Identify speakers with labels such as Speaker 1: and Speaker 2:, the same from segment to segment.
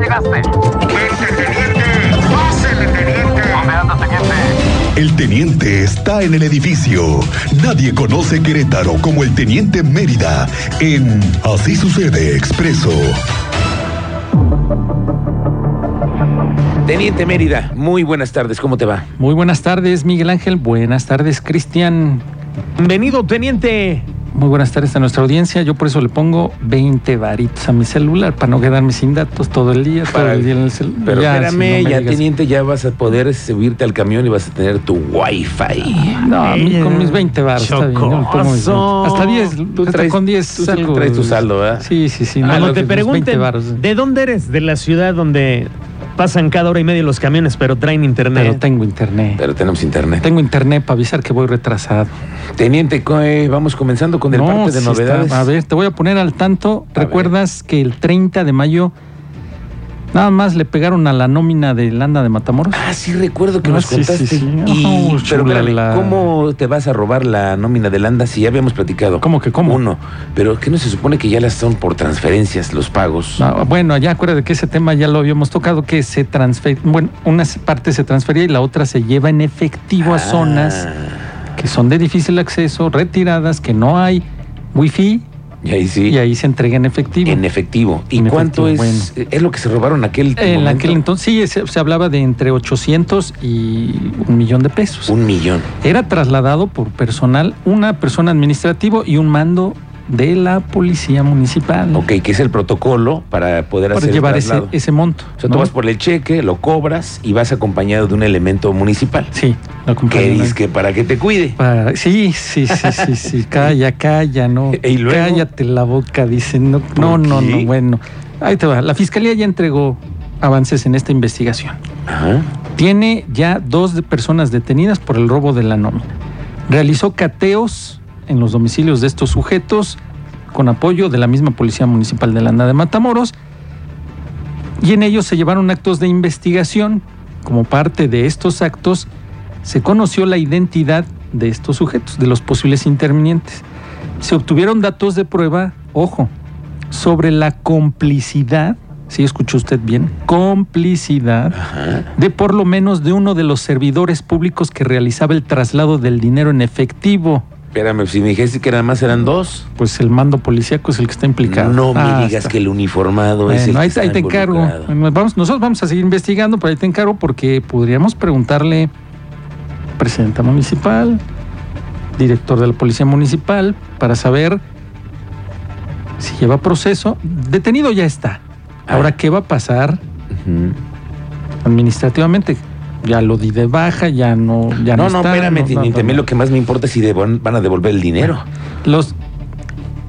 Speaker 1: llegaste?
Speaker 2: ¡Vente, teniente! ¡Pásele, teniente!
Speaker 1: ¿Dónde anda, teniente?
Speaker 3: El teniente está en el edificio. Nadie conoce Querétaro como el teniente Mérida en Así sucede expreso.
Speaker 4: Teniente Mérida, muy buenas tardes, ¿cómo te va?
Speaker 5: Muy buenas tardes, Miguel Ángel. Buenas tardes, Cristian.
Speaker 4: Bienvenido, teniente.
Speaker 5: Muy buenas tardes a nuestra audiencia. Yo por eso le pongo 20 varitos a mi celular para no quedarme sin datos todo el día, todo
Speaker 4: Para-
Speaker 5: el día en el celular.
Speaker 4: Pero espérame, ya,
Speaker 5: tenía.
Speaker 4: teniente, ya vas a poder subirte al camión y vas a tener tu wifi.
Speaker 5: No, a mí con mis 20 baros está bien. yo le pongo mis 20. Hasta 10,
Speaker 4: Tú
Speaker 5: hasta
Speaker 4: traes-
Speaker 5: con 10
Speaker 4: tú traes tu saldo, ¿verdad? Ah,
Speaker 5: Sí, sí, sí.
Speaker 6: Cuando
Speaker 5: no,
Speaker 6: te
Speaker 5: mis 20
Speaker 6: pregunten,
Speaker 5: varos.
Speaker 6: ¿de dónde eres? De la ciudad donde pasan cada hora y media los camiones, pero traen internet.
Speaker 5: Pero tengo internet.
Speaker 4: Pero tenemos internet.
Speaker 5: Tengo internet para avisar que voy retrasado.
Speaker 4: Teniente, co- eh, vamos comenzando con el
Speaker 5: No,
Speaker 4: parte de
Speaker 5: sí
Speaker 4: novedades.
Speaker 5: está. A ver, te voy a poner al tanto.
Speaker 4: A
Speaker 5: ¿Recuerdas que el 30 de mayo nada más le pegaron a la nómina de Landa de Matamoros?
Speaker 4: Ah, sí, recuerdo que
Speaker 5: Ah,
Speaker 4: nos
Speaker 5: sí,
Speaker 4: contaste.
Speaker 5: sí, sí.
Speaker 4: Y-
Speaker 5: Oh,
Speaker 4: pero espérame,
Speaker 5: chulala.
Speaker 4: ¿cómo te vas a robar la nómina de Landa si ya habíamos platicado?
Speaker 5: ¿Cómo que cómo?
Speaker 4: Uno, pero ¿qué no se supone que ya las son por transferencias los pagos?
Speaker 5: Ah, bueno, ya acuérdate que ese tema ya lo habíamos tocado, que se transfer, bueno, una s- parte se transfería y la otra se lleva en efectivo a
Speaker 4: Ah,
Speaker 5: zonas que son de difícil acceso, retiradas, que no hay wifi
Speaker 4: Y ahí sí.
Speaker 5: y ahí se entrega en efectivo.
Speaker 4: En efectivo. ¿Y
Speaker 5: En
Speaker 4: cuánto
Speaker 5: efectivo,
Speaker 4: es? eh, ¿Es lo que se robaron aquel
Speaker 5: en
Speaker 4: momento?
Speaker 5: aquel entonces sí, se, se hablaba de entre 800 y un millón de pesos.
Speaker 4: Un millón.
Speaker 5: Era trasladado por personal, una persona administrativo y un mando de la policía municipal
Speaker 4: Ok, que es el protocolo para poder
Speaker 5: para
Speaker 4: hacer el
Speaker 5: llevar ese,
Speaker 4: traslado.
Speaker 5: ese monto.
Speaker 4: O sea,
Speaker 5: ¿no?
Speaker 4: tú vas por el cheque, lo cobras y vas acompañado de un elemento municipal.
Speaker 5: Sí, lo
Speaker 4: Que
Speaker 5: compré.
Speaker 4: dice que para que te cuide.
Speaker 5: Para- Sí, sí, sí, sí, sí, calla, calla, no.
Speaker 4: ¿Y luego?
Speaker 5: Cállate la boca, dicen. No, no, no,
Speaker 4: qué?
Speaker 5: no, bueno. Ahí te va. La fiscalía ya entregó avances en esta investigación.
Speaker 4: Ajá.
Speaker 5: Tiene ya dos de- personas detenidas por el robo de la nómina. Realizó cateos en los domicilios de estos sujetos con apoyo de la misma Policía Municipal de Landa de Matamoros y en ellos se llevaron actos de investigación. Como parte de estos actos se conoció la identidad de estos sujetos, de los posibles intervinientes. Se obtuvieron datos de prueba, ojo, sobre la complicidad, si escuchó usted bien, complicidad
Speaker 4: Ajá.
Speaker 5: de por lo menos de uno de los servidores públicos que realizaba el traslado del dinero en efectivo.
Speaker 4: Espérame, pues, si me dijiste que nada más eran dos.
Speaker 5: Pues el mando policíaco es el que está implicado.
Speaker 4: No me
Speaker 5: Ah,
Speaker 4: digas
Speaker 5: está.
Speaker 4: que el uniformado es el
Speaker 5: Bueno,
Speaker 4: que
Speaker 5: ahí,
Speaker 4: está
Speaker 5: ahí te encargo.
Speaker 4: involucrado.
Speaker 5: Bueno, vamos, nosotros vamos a seguir investigando, pero ahí te encargo porque podríamos preguntarle presidenta municipal, director de la policía municipal, para saber si lleva proceso. Detenido ya está. Ahora, ¿qué va a pasar
Speaker 4: Ujú.
Speaker 5: administrativamente? Ya lo di de baja, ya no, ya
Speaker 4: No,
Speaker 5: no,
Speaker 4: no,
Speaker 5: está,
Speaker 4: espérame,
Speaker 5: no, no,
Speaker 4: teniente. A
Speaker 5: no,
Speaker 4: mí
Speaker 5: no.
Speaker 4: lo que más me importa es si de- van van a devolver el dinero.
Speaker 5: Los,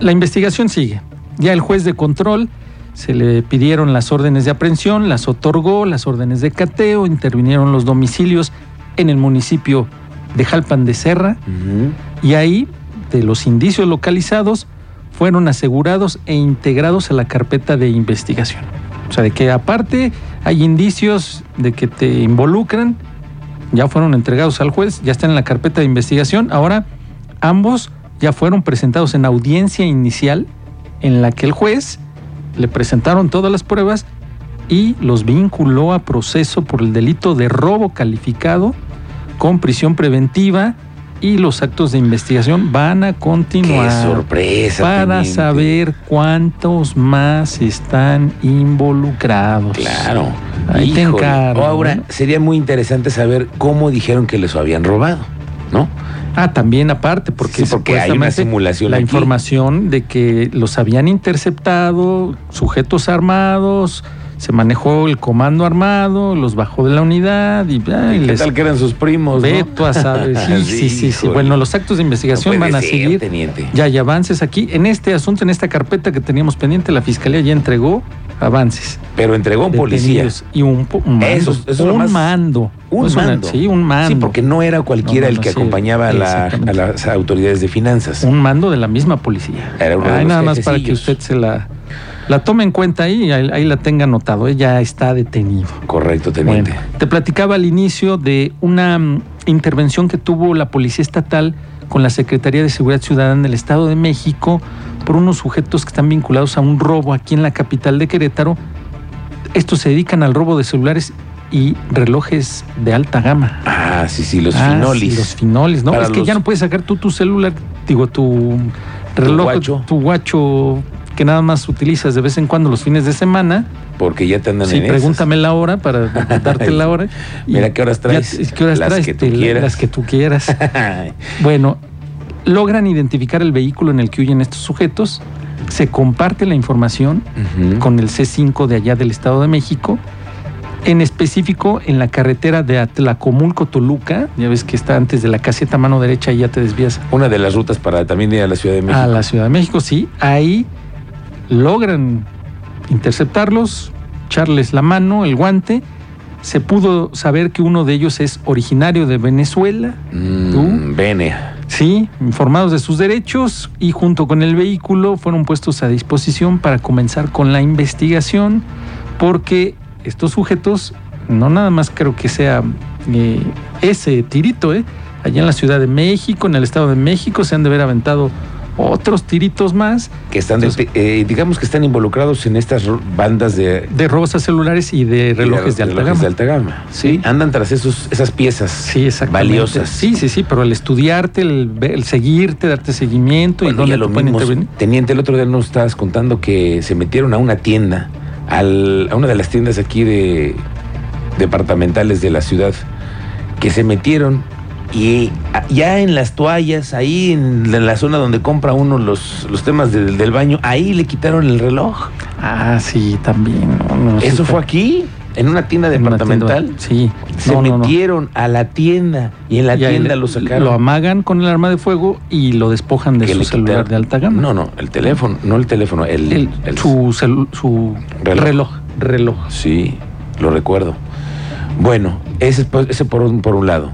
Speaker 5: la investigación sigue. Ya el juez de control se le pidieron las órdenes de aprehensión, las otorgó, las órdenes de cateo, intervinieron los domicilios en el municipio de Jalpan de Serra
Speaker 4: Ujú.
Speaker 5: y ahí, de los indicios localizados, fueron asegurados e integrados a la carpeta de investigación. O sea, de que aparte hay indicios de que te involucran, ya fueron entregados al juez, ya están en la carpeta de investigación. Ahora, ambos ya fueron presentados en audiencia inicial en la que el juez le presentaron todas las pruebas y los vinculó a proceso por el delito de robo calificado con prisión preventiva y los actos de investigación van a continuar
Speaker 4: Qué sorpresa.
Speaker 5: para
Speaker 4: teniente.
Speaker 5: saber cuántos más están involucrados.
Speaker 4: Claro.
Speaker 5: Ahí te
Speaker 4: Híjole. Oh,
Speaker 5: encargo, ¿eh?
Speaker 4: Ahora,
Speaker 5: ¿no?
Speaker 4: sería muy interesante saber cómo dijeron que les habían robado, ¿no?
Speaker 5: Ah, también aparte, porque,
Speaker 4: Sí, porque hay una
Speaker 5: supuestamente
Speaker 4: simulación.
Speaker 5: la
Speaker 4: aquí.
Speaker 5: información de que los habían interceptado, sujetos armados, se manejó el comando armado, los bajó de la unidad y, ah, y
Speaker 4: ¿Qué
Speaker 5: les
Speaker 4: tal que eran sus primos?
Speaker 5: ve
Speaker 4: no?
Speaker 5: tú a saber. Sí, sí, sí, sí.
Speaker 4: Híjole.
Speaker 5: Bueno, los actos de
Speaker 4: No
Speaker 5: investigación
Speaker 4: puede
Speaker 5: van a
Speaker 4: ser,
Speaker 5: seguir.
Speaker 4: Teniente.
Speaker 5: Ya hay avances aquí. En este asunto, en esta carpeta que teníamos pendiente, la fiscalía ya entregó avances.
Speaker 4: Pero entregó un policía.
Speaker 5: detenidos Y un, po- un mando.
Speaker 4: Eso- eso es lo
Speaker 5: un
Speaker 4: más-
Speaker 5: mando.
Speaker 4: Un
Speaker 5: No es una-
Speaker 4: mando.
Speaker 5: sí, un mando.
Speaker 4: Sí, porque no era cualquiera
Speaker 5: No, no,
Speaker 4: el que
Speaker 5: no, sí,
Speaker 4: acompañaba a, la-
Speaker 5: exactamente.
Speaker 4: a las autoridades de finanzas.
Speaker 5: Un mando de la misma policía.
Speaker 4: Era uno de
Speaker 5: Ay,
Speaker 4: los
Speaker 5: nada más para que
Speaker 4: jefecillos.
Speaker 5: usted se la, la tome en cuenta ahí y ahí, ahí la tenga anotado. Ella está detenido.
Speaker 4: Correcto, teniente.
Speaker 5: Bueno, te platicaba al inicio de una mm, intervención que tuvo la Policía Estatal con la Secretaría de Seguridad Ciudadana del Estado de México por unos sujetos que están vinculados a un robo aquí en la capital de Querétaro. Estos se dedican al robo de celulares y relojes de alta gama.
Speaker 4: Ah, sí, sí, los
Speaker 5: Ah,
Speaker 4: finolis.
Speaker 5: sí, los finolis, ¿no?
Speaker 4: Para
Speaker 5: es que
Speaker 4: los-
Speaker 5: ya no puedes sacar tú tu celular, digo, tu reloj,
Speaker 4: guacho.
Speaker 5: tu guacho que nada más utilizas de vez en cuando los fines de semana.
Speaker 4: Porque ya te andan
Speaker 5: Sí,
Speaker 4: en esas.
Speaker 5: pregúntame la hora para darte la hora. Y
Speaker 4: Mira, ¿qué horas
Speaker 5: ya
Speaker 4: traes?
Speaker 5: te- ¿Qué horas
Speaker 4: Las
Speaker 5: traes?
Speaker 4: que tú
Speaker 5: Te-
Speaker 4: quieras.
Speaker 5: Las que tú quieras. Bueno, logran identificar el vehículo en el que huyen estos sujetos, se comparte la información
Speaker 4: Ujú.
Speaker 5: con el C5 de allá del Estado de México, en específico en la carretera de Atlacomulco-Toluca, ya ves que está antes de la caseta a mano derecha y ya te desvías
Speaker 4: Una de las rutas para también ir a la Ciudad de México.
Speaker 5: a la Ciudad de México, sí, ahí logran interceptarlos, echarles la mano, el guante, se pudo saber que uno de ellos es originario de Venezuela,
Speaker 4: Mm,
Speaker 5: ¿Tú?
Speaker 4: Bene.
Speaker 5: Sí, informados de sus derechos y junto con el vehículo fueron puestos a disposición para comenzar con la investigación porque estos sujetos, no nada más creo que sea eh, ese tirito, eh, allá en la Ciudad de México, en el Estado de México, se han de haber aventado otros tiritos más
Speaker 4: Que están, de-
Speaker 5: Entonces-
Speaker 4: eh, digamos que están involucrados en estas ro- bandas de
Speaker 5: de robos a celulares y de relojes de, alta
Speaker 4: relojes
Speaker 5: gama.
Speaker 4: de alta gama.
Speaker 5: Sí.
Speaker 4: Andan tras esos, esas piezas
Speaker 5: Sí, exactamente.
Speaker 4: valiosas.
Speaker 5: Sí, sí, sí, pero el estudiarte, el, ve- el seguirte, darte seguimiento
Speaker 4: Bueno,
Speaker 5: y
Speaker 4: ya
Speaker 5: dónde
Speaker 4: lo
Speaker 5: te pueden
Speaker 4: mismo,
Speaker 5: intervenir.
Speaker 4: teniente, el otro día nos estabas contando que se metieron a una tienda, al- a una de las tiendas aquí de departamentales de la ciudad, que se metieron y a- ya en las toallas, ahí en la, la zona donde compra uno los, los temas del, del baño, ahí le quitaron el reloj.
Speaker 5: Ah, sí, también. no, no, sí,
Speaker 4: Eso fue
Speaker 5: también.
Speaker 4: aquí, en una tienda
Speaker 5: En una
Speaker 4: departamental.
Speaker 5: tienda, Sí.
Speaker 4: Se
Speaker 5: No, no, no.
Speaker 4: metieron a la tienda y en la
Speaker 5: Y ahí
Speaker 4: tienda
Speaker 5: le-
Speaker 4: lo sacaron.
Speaker 5: Lo amagan con el arma de fuego y lo despojan de
Speaker 4: Que
Speaker 5: su
Speaker 4: le
Speaker 5: celular
Speaker 4: quitaron-
Speaker 5: de alta gama.
Speaker 4: No, no, el teléfono, no el teléfono, el,
Speaker 5: El-
Speaker 4: el-
Speaker 5: su, celu- su
Speaker 4: Reloj.
Speaker 5: reloj. reloj.
Speaker 4: Sí, lo recuerdo. Bueno, ese, por- ese por, un, por un lado.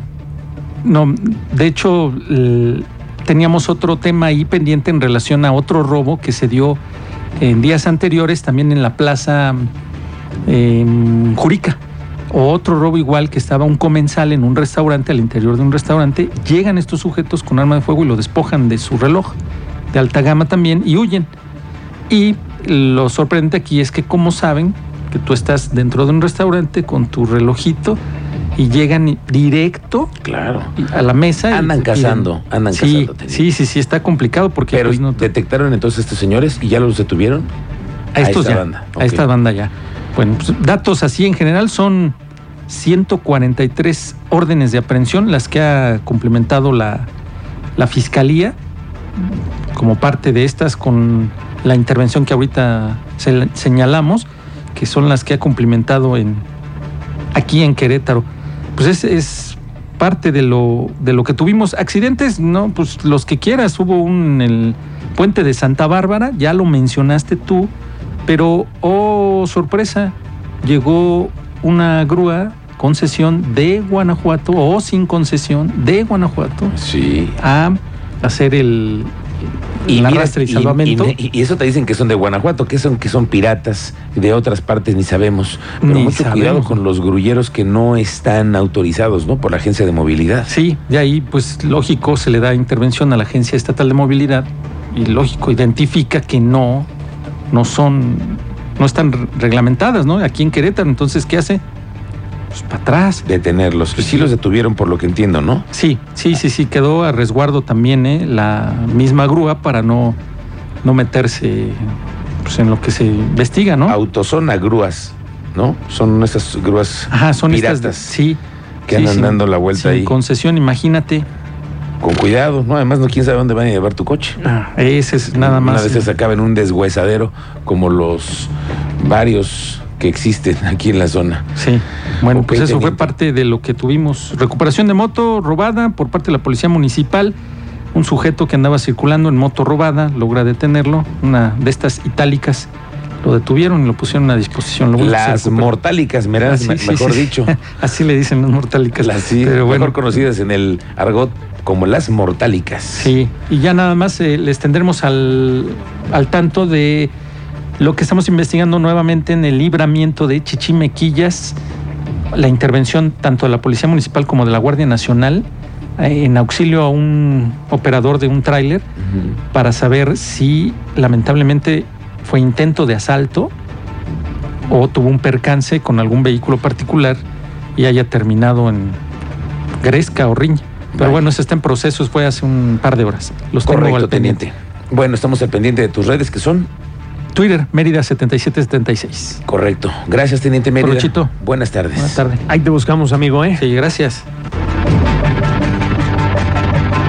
Speaker 5: No, de hecho, el- teníamos otro tema ahí pendiente en relación a otro robo que se dio en días anteriores también en la plaza em, Jurica. Otro robo igual que estaba un comensal en un restaurante, al interior de un restaurante. Llegan estos sujetos con arma de fuego y lo despojan de su reloj de alta gama también y huyen. Y lo sorprendente aquí es que como saben que tú estás dentro de un restaurante con tu relojito y llegan directo
Speaker 4: Claro.
Speaker 5: a la mesa. y
Speaker 4: Andan
Speaker 5: te piden-
Speaker 4: cazando, andan
Speaker 5: sí,
Speaker 4: cazando.
Speaker 5: sí, sí, sí, está complicado porque
Speaker 4: Pero
Speaker 5: pues, no te-
Speaker 4: detectaron entonces a estos señores y ya los detuvieron.
Speaker 5: a estos
Speaker 4: esta
Speaker 5: ya,
Speaker 4: banda, ok.
Speaker 5: a esta banda ya. Bueno, pues, datos así en general son 143 órdenes de aprehensión las que ha complementado la, la fiscalía como parte de estas con la intervención que ahorita se- señalamos, que son las que ha complementado en aquí en Querétaro. Pues es, es parte de lo, de lo que tuvimos. Accidentes, no, pues los que quieras. Hubo un en el puente de Santa Bárbara, ya lo mencionaste tú, pero oh sorpresa, llegó una grúa con sesión de Guanajuato o sin concesión de Guanajuato
Speaker 4: Sí.
Speaker 5: a hacer el, el
Speaker 4: mira,
Speaker 5: arrastre y
Speaker 4: y-
Speaker 5: salvamento.
Speaker 4: y- y eso te dicen que son de Guanajuato, que son que son piratas de otras partes, ni sabemos. Pero
Speaker 5: Ni
Speaker 4: mucho
Speaker 5: sabemos.
Speaker 4: cuidado con los grulleros que no están autorizados, ¿no? Por la agencia de movilidad.
Speaker 5: Sí, de ahí, pues lógico, se le da intervención a la Agencia Estatal de Movilidad y lógico, identifica que no, no son, no están re- reglamentadas, ¿no? Aquí en Querétaro, entonces, ¿qué hace? Pues para atrás.
Speaker 4: Detenerlos. Pues Sí los detuvieron por lo que entiendo, ¿no?
Speaker 5: Sí, sí, sí, sí, quedó a resguardo también ¿eh? la misma grúa para no, no meterse pues, en lo que se investiga, ¿no?
Speaker 4: Autosona grúas, ¿no? Son esas grúas
Speaker 5: Ajá, son
Speaker 4: piratas.
Speaker 5: estas. Sí,
Speaker 4: que
Speaker 5: Ah, sí,
Speaker 4: andan
Speaker 5: sin-
Speaker 4: dando la vuelta
Speaker 5: sin
Speaker 4: ahí. Con...
Speaker 5: concesión, imagínate.
Speaker 4: cuidado, ¿no? Además, no quién sabe dónde van a llevar tu coche.
Speaker 5: Ah, Ese es nada más.
Speaker 4: Una vez se acaba en un deshuesadero como los varios que existen aquí en la zona.
Speaker 5: Sí. Bueno,
Speaker 4: Ok,
Speaker 5: pues eso fue
Speaker 4: teniente.
Speaker 5: parte de lo que tuvimos. Recuperación de moto robada por parte de la policía municipal. Un sujeto que andaba circulando en moto robada logra detenerlo. Una de estas itálicas lo detuvieron y lo pusieron a disposición. Lo bueno es que se
Speaker 4: Las
Speaker 5: recuperó.
Speaker 4: mortálicas, mira,
Speaker 5: Así,
Speaker 4: me-
Speaker 5: sí,
Speaker 4: mejor
Speaker 5: sí.
Speaker 4: dicho.
Speaker 5: Así le dicen las mortálicas.
Speaker 4: Las sí,
Speaker 5: Pero bueno,
Speaker 4: mejor conocidas en el argot como las mortálicas.
Speaker 5: Sí, y ya nada más eh, les tendremos al, al tanto de lo que estamos investigando nuevamente en el libramiento de Chichimequillas, la intervención tanto de la Policía Municipal como de la Guardia Nacional eh, en auxilio a un operador de un tráiler
Speaker 4: Ujú.
Speaker 5: para saber si lamentablemente fue intento de asalto o tuvo un percance con algún vehículo particular y haya terminado en Gresca o Riña. Pero
Speaker 4: Vale.
Speaker 5: bueno, eso está en proceso, fue hace un par de horas. Los tengo
Speaker 4: Correcto,
Speaker 5: al pendiente.
Speaker 4: teniente. Bueno, estamos al pendiente de tus redes que son.
Speaker 5: Twitter, Mérida 7776.
Speaker 4: Correcto. Gracias, teniente Mérida.
Speaker 5: Provechito.
Speaker 4: Buenas tardes.
Speaker 5: Buenas tardes.
Speaker 6: Ahí te buscamos, amigo, ¿eh?
Speaker 5: Sí, gracias.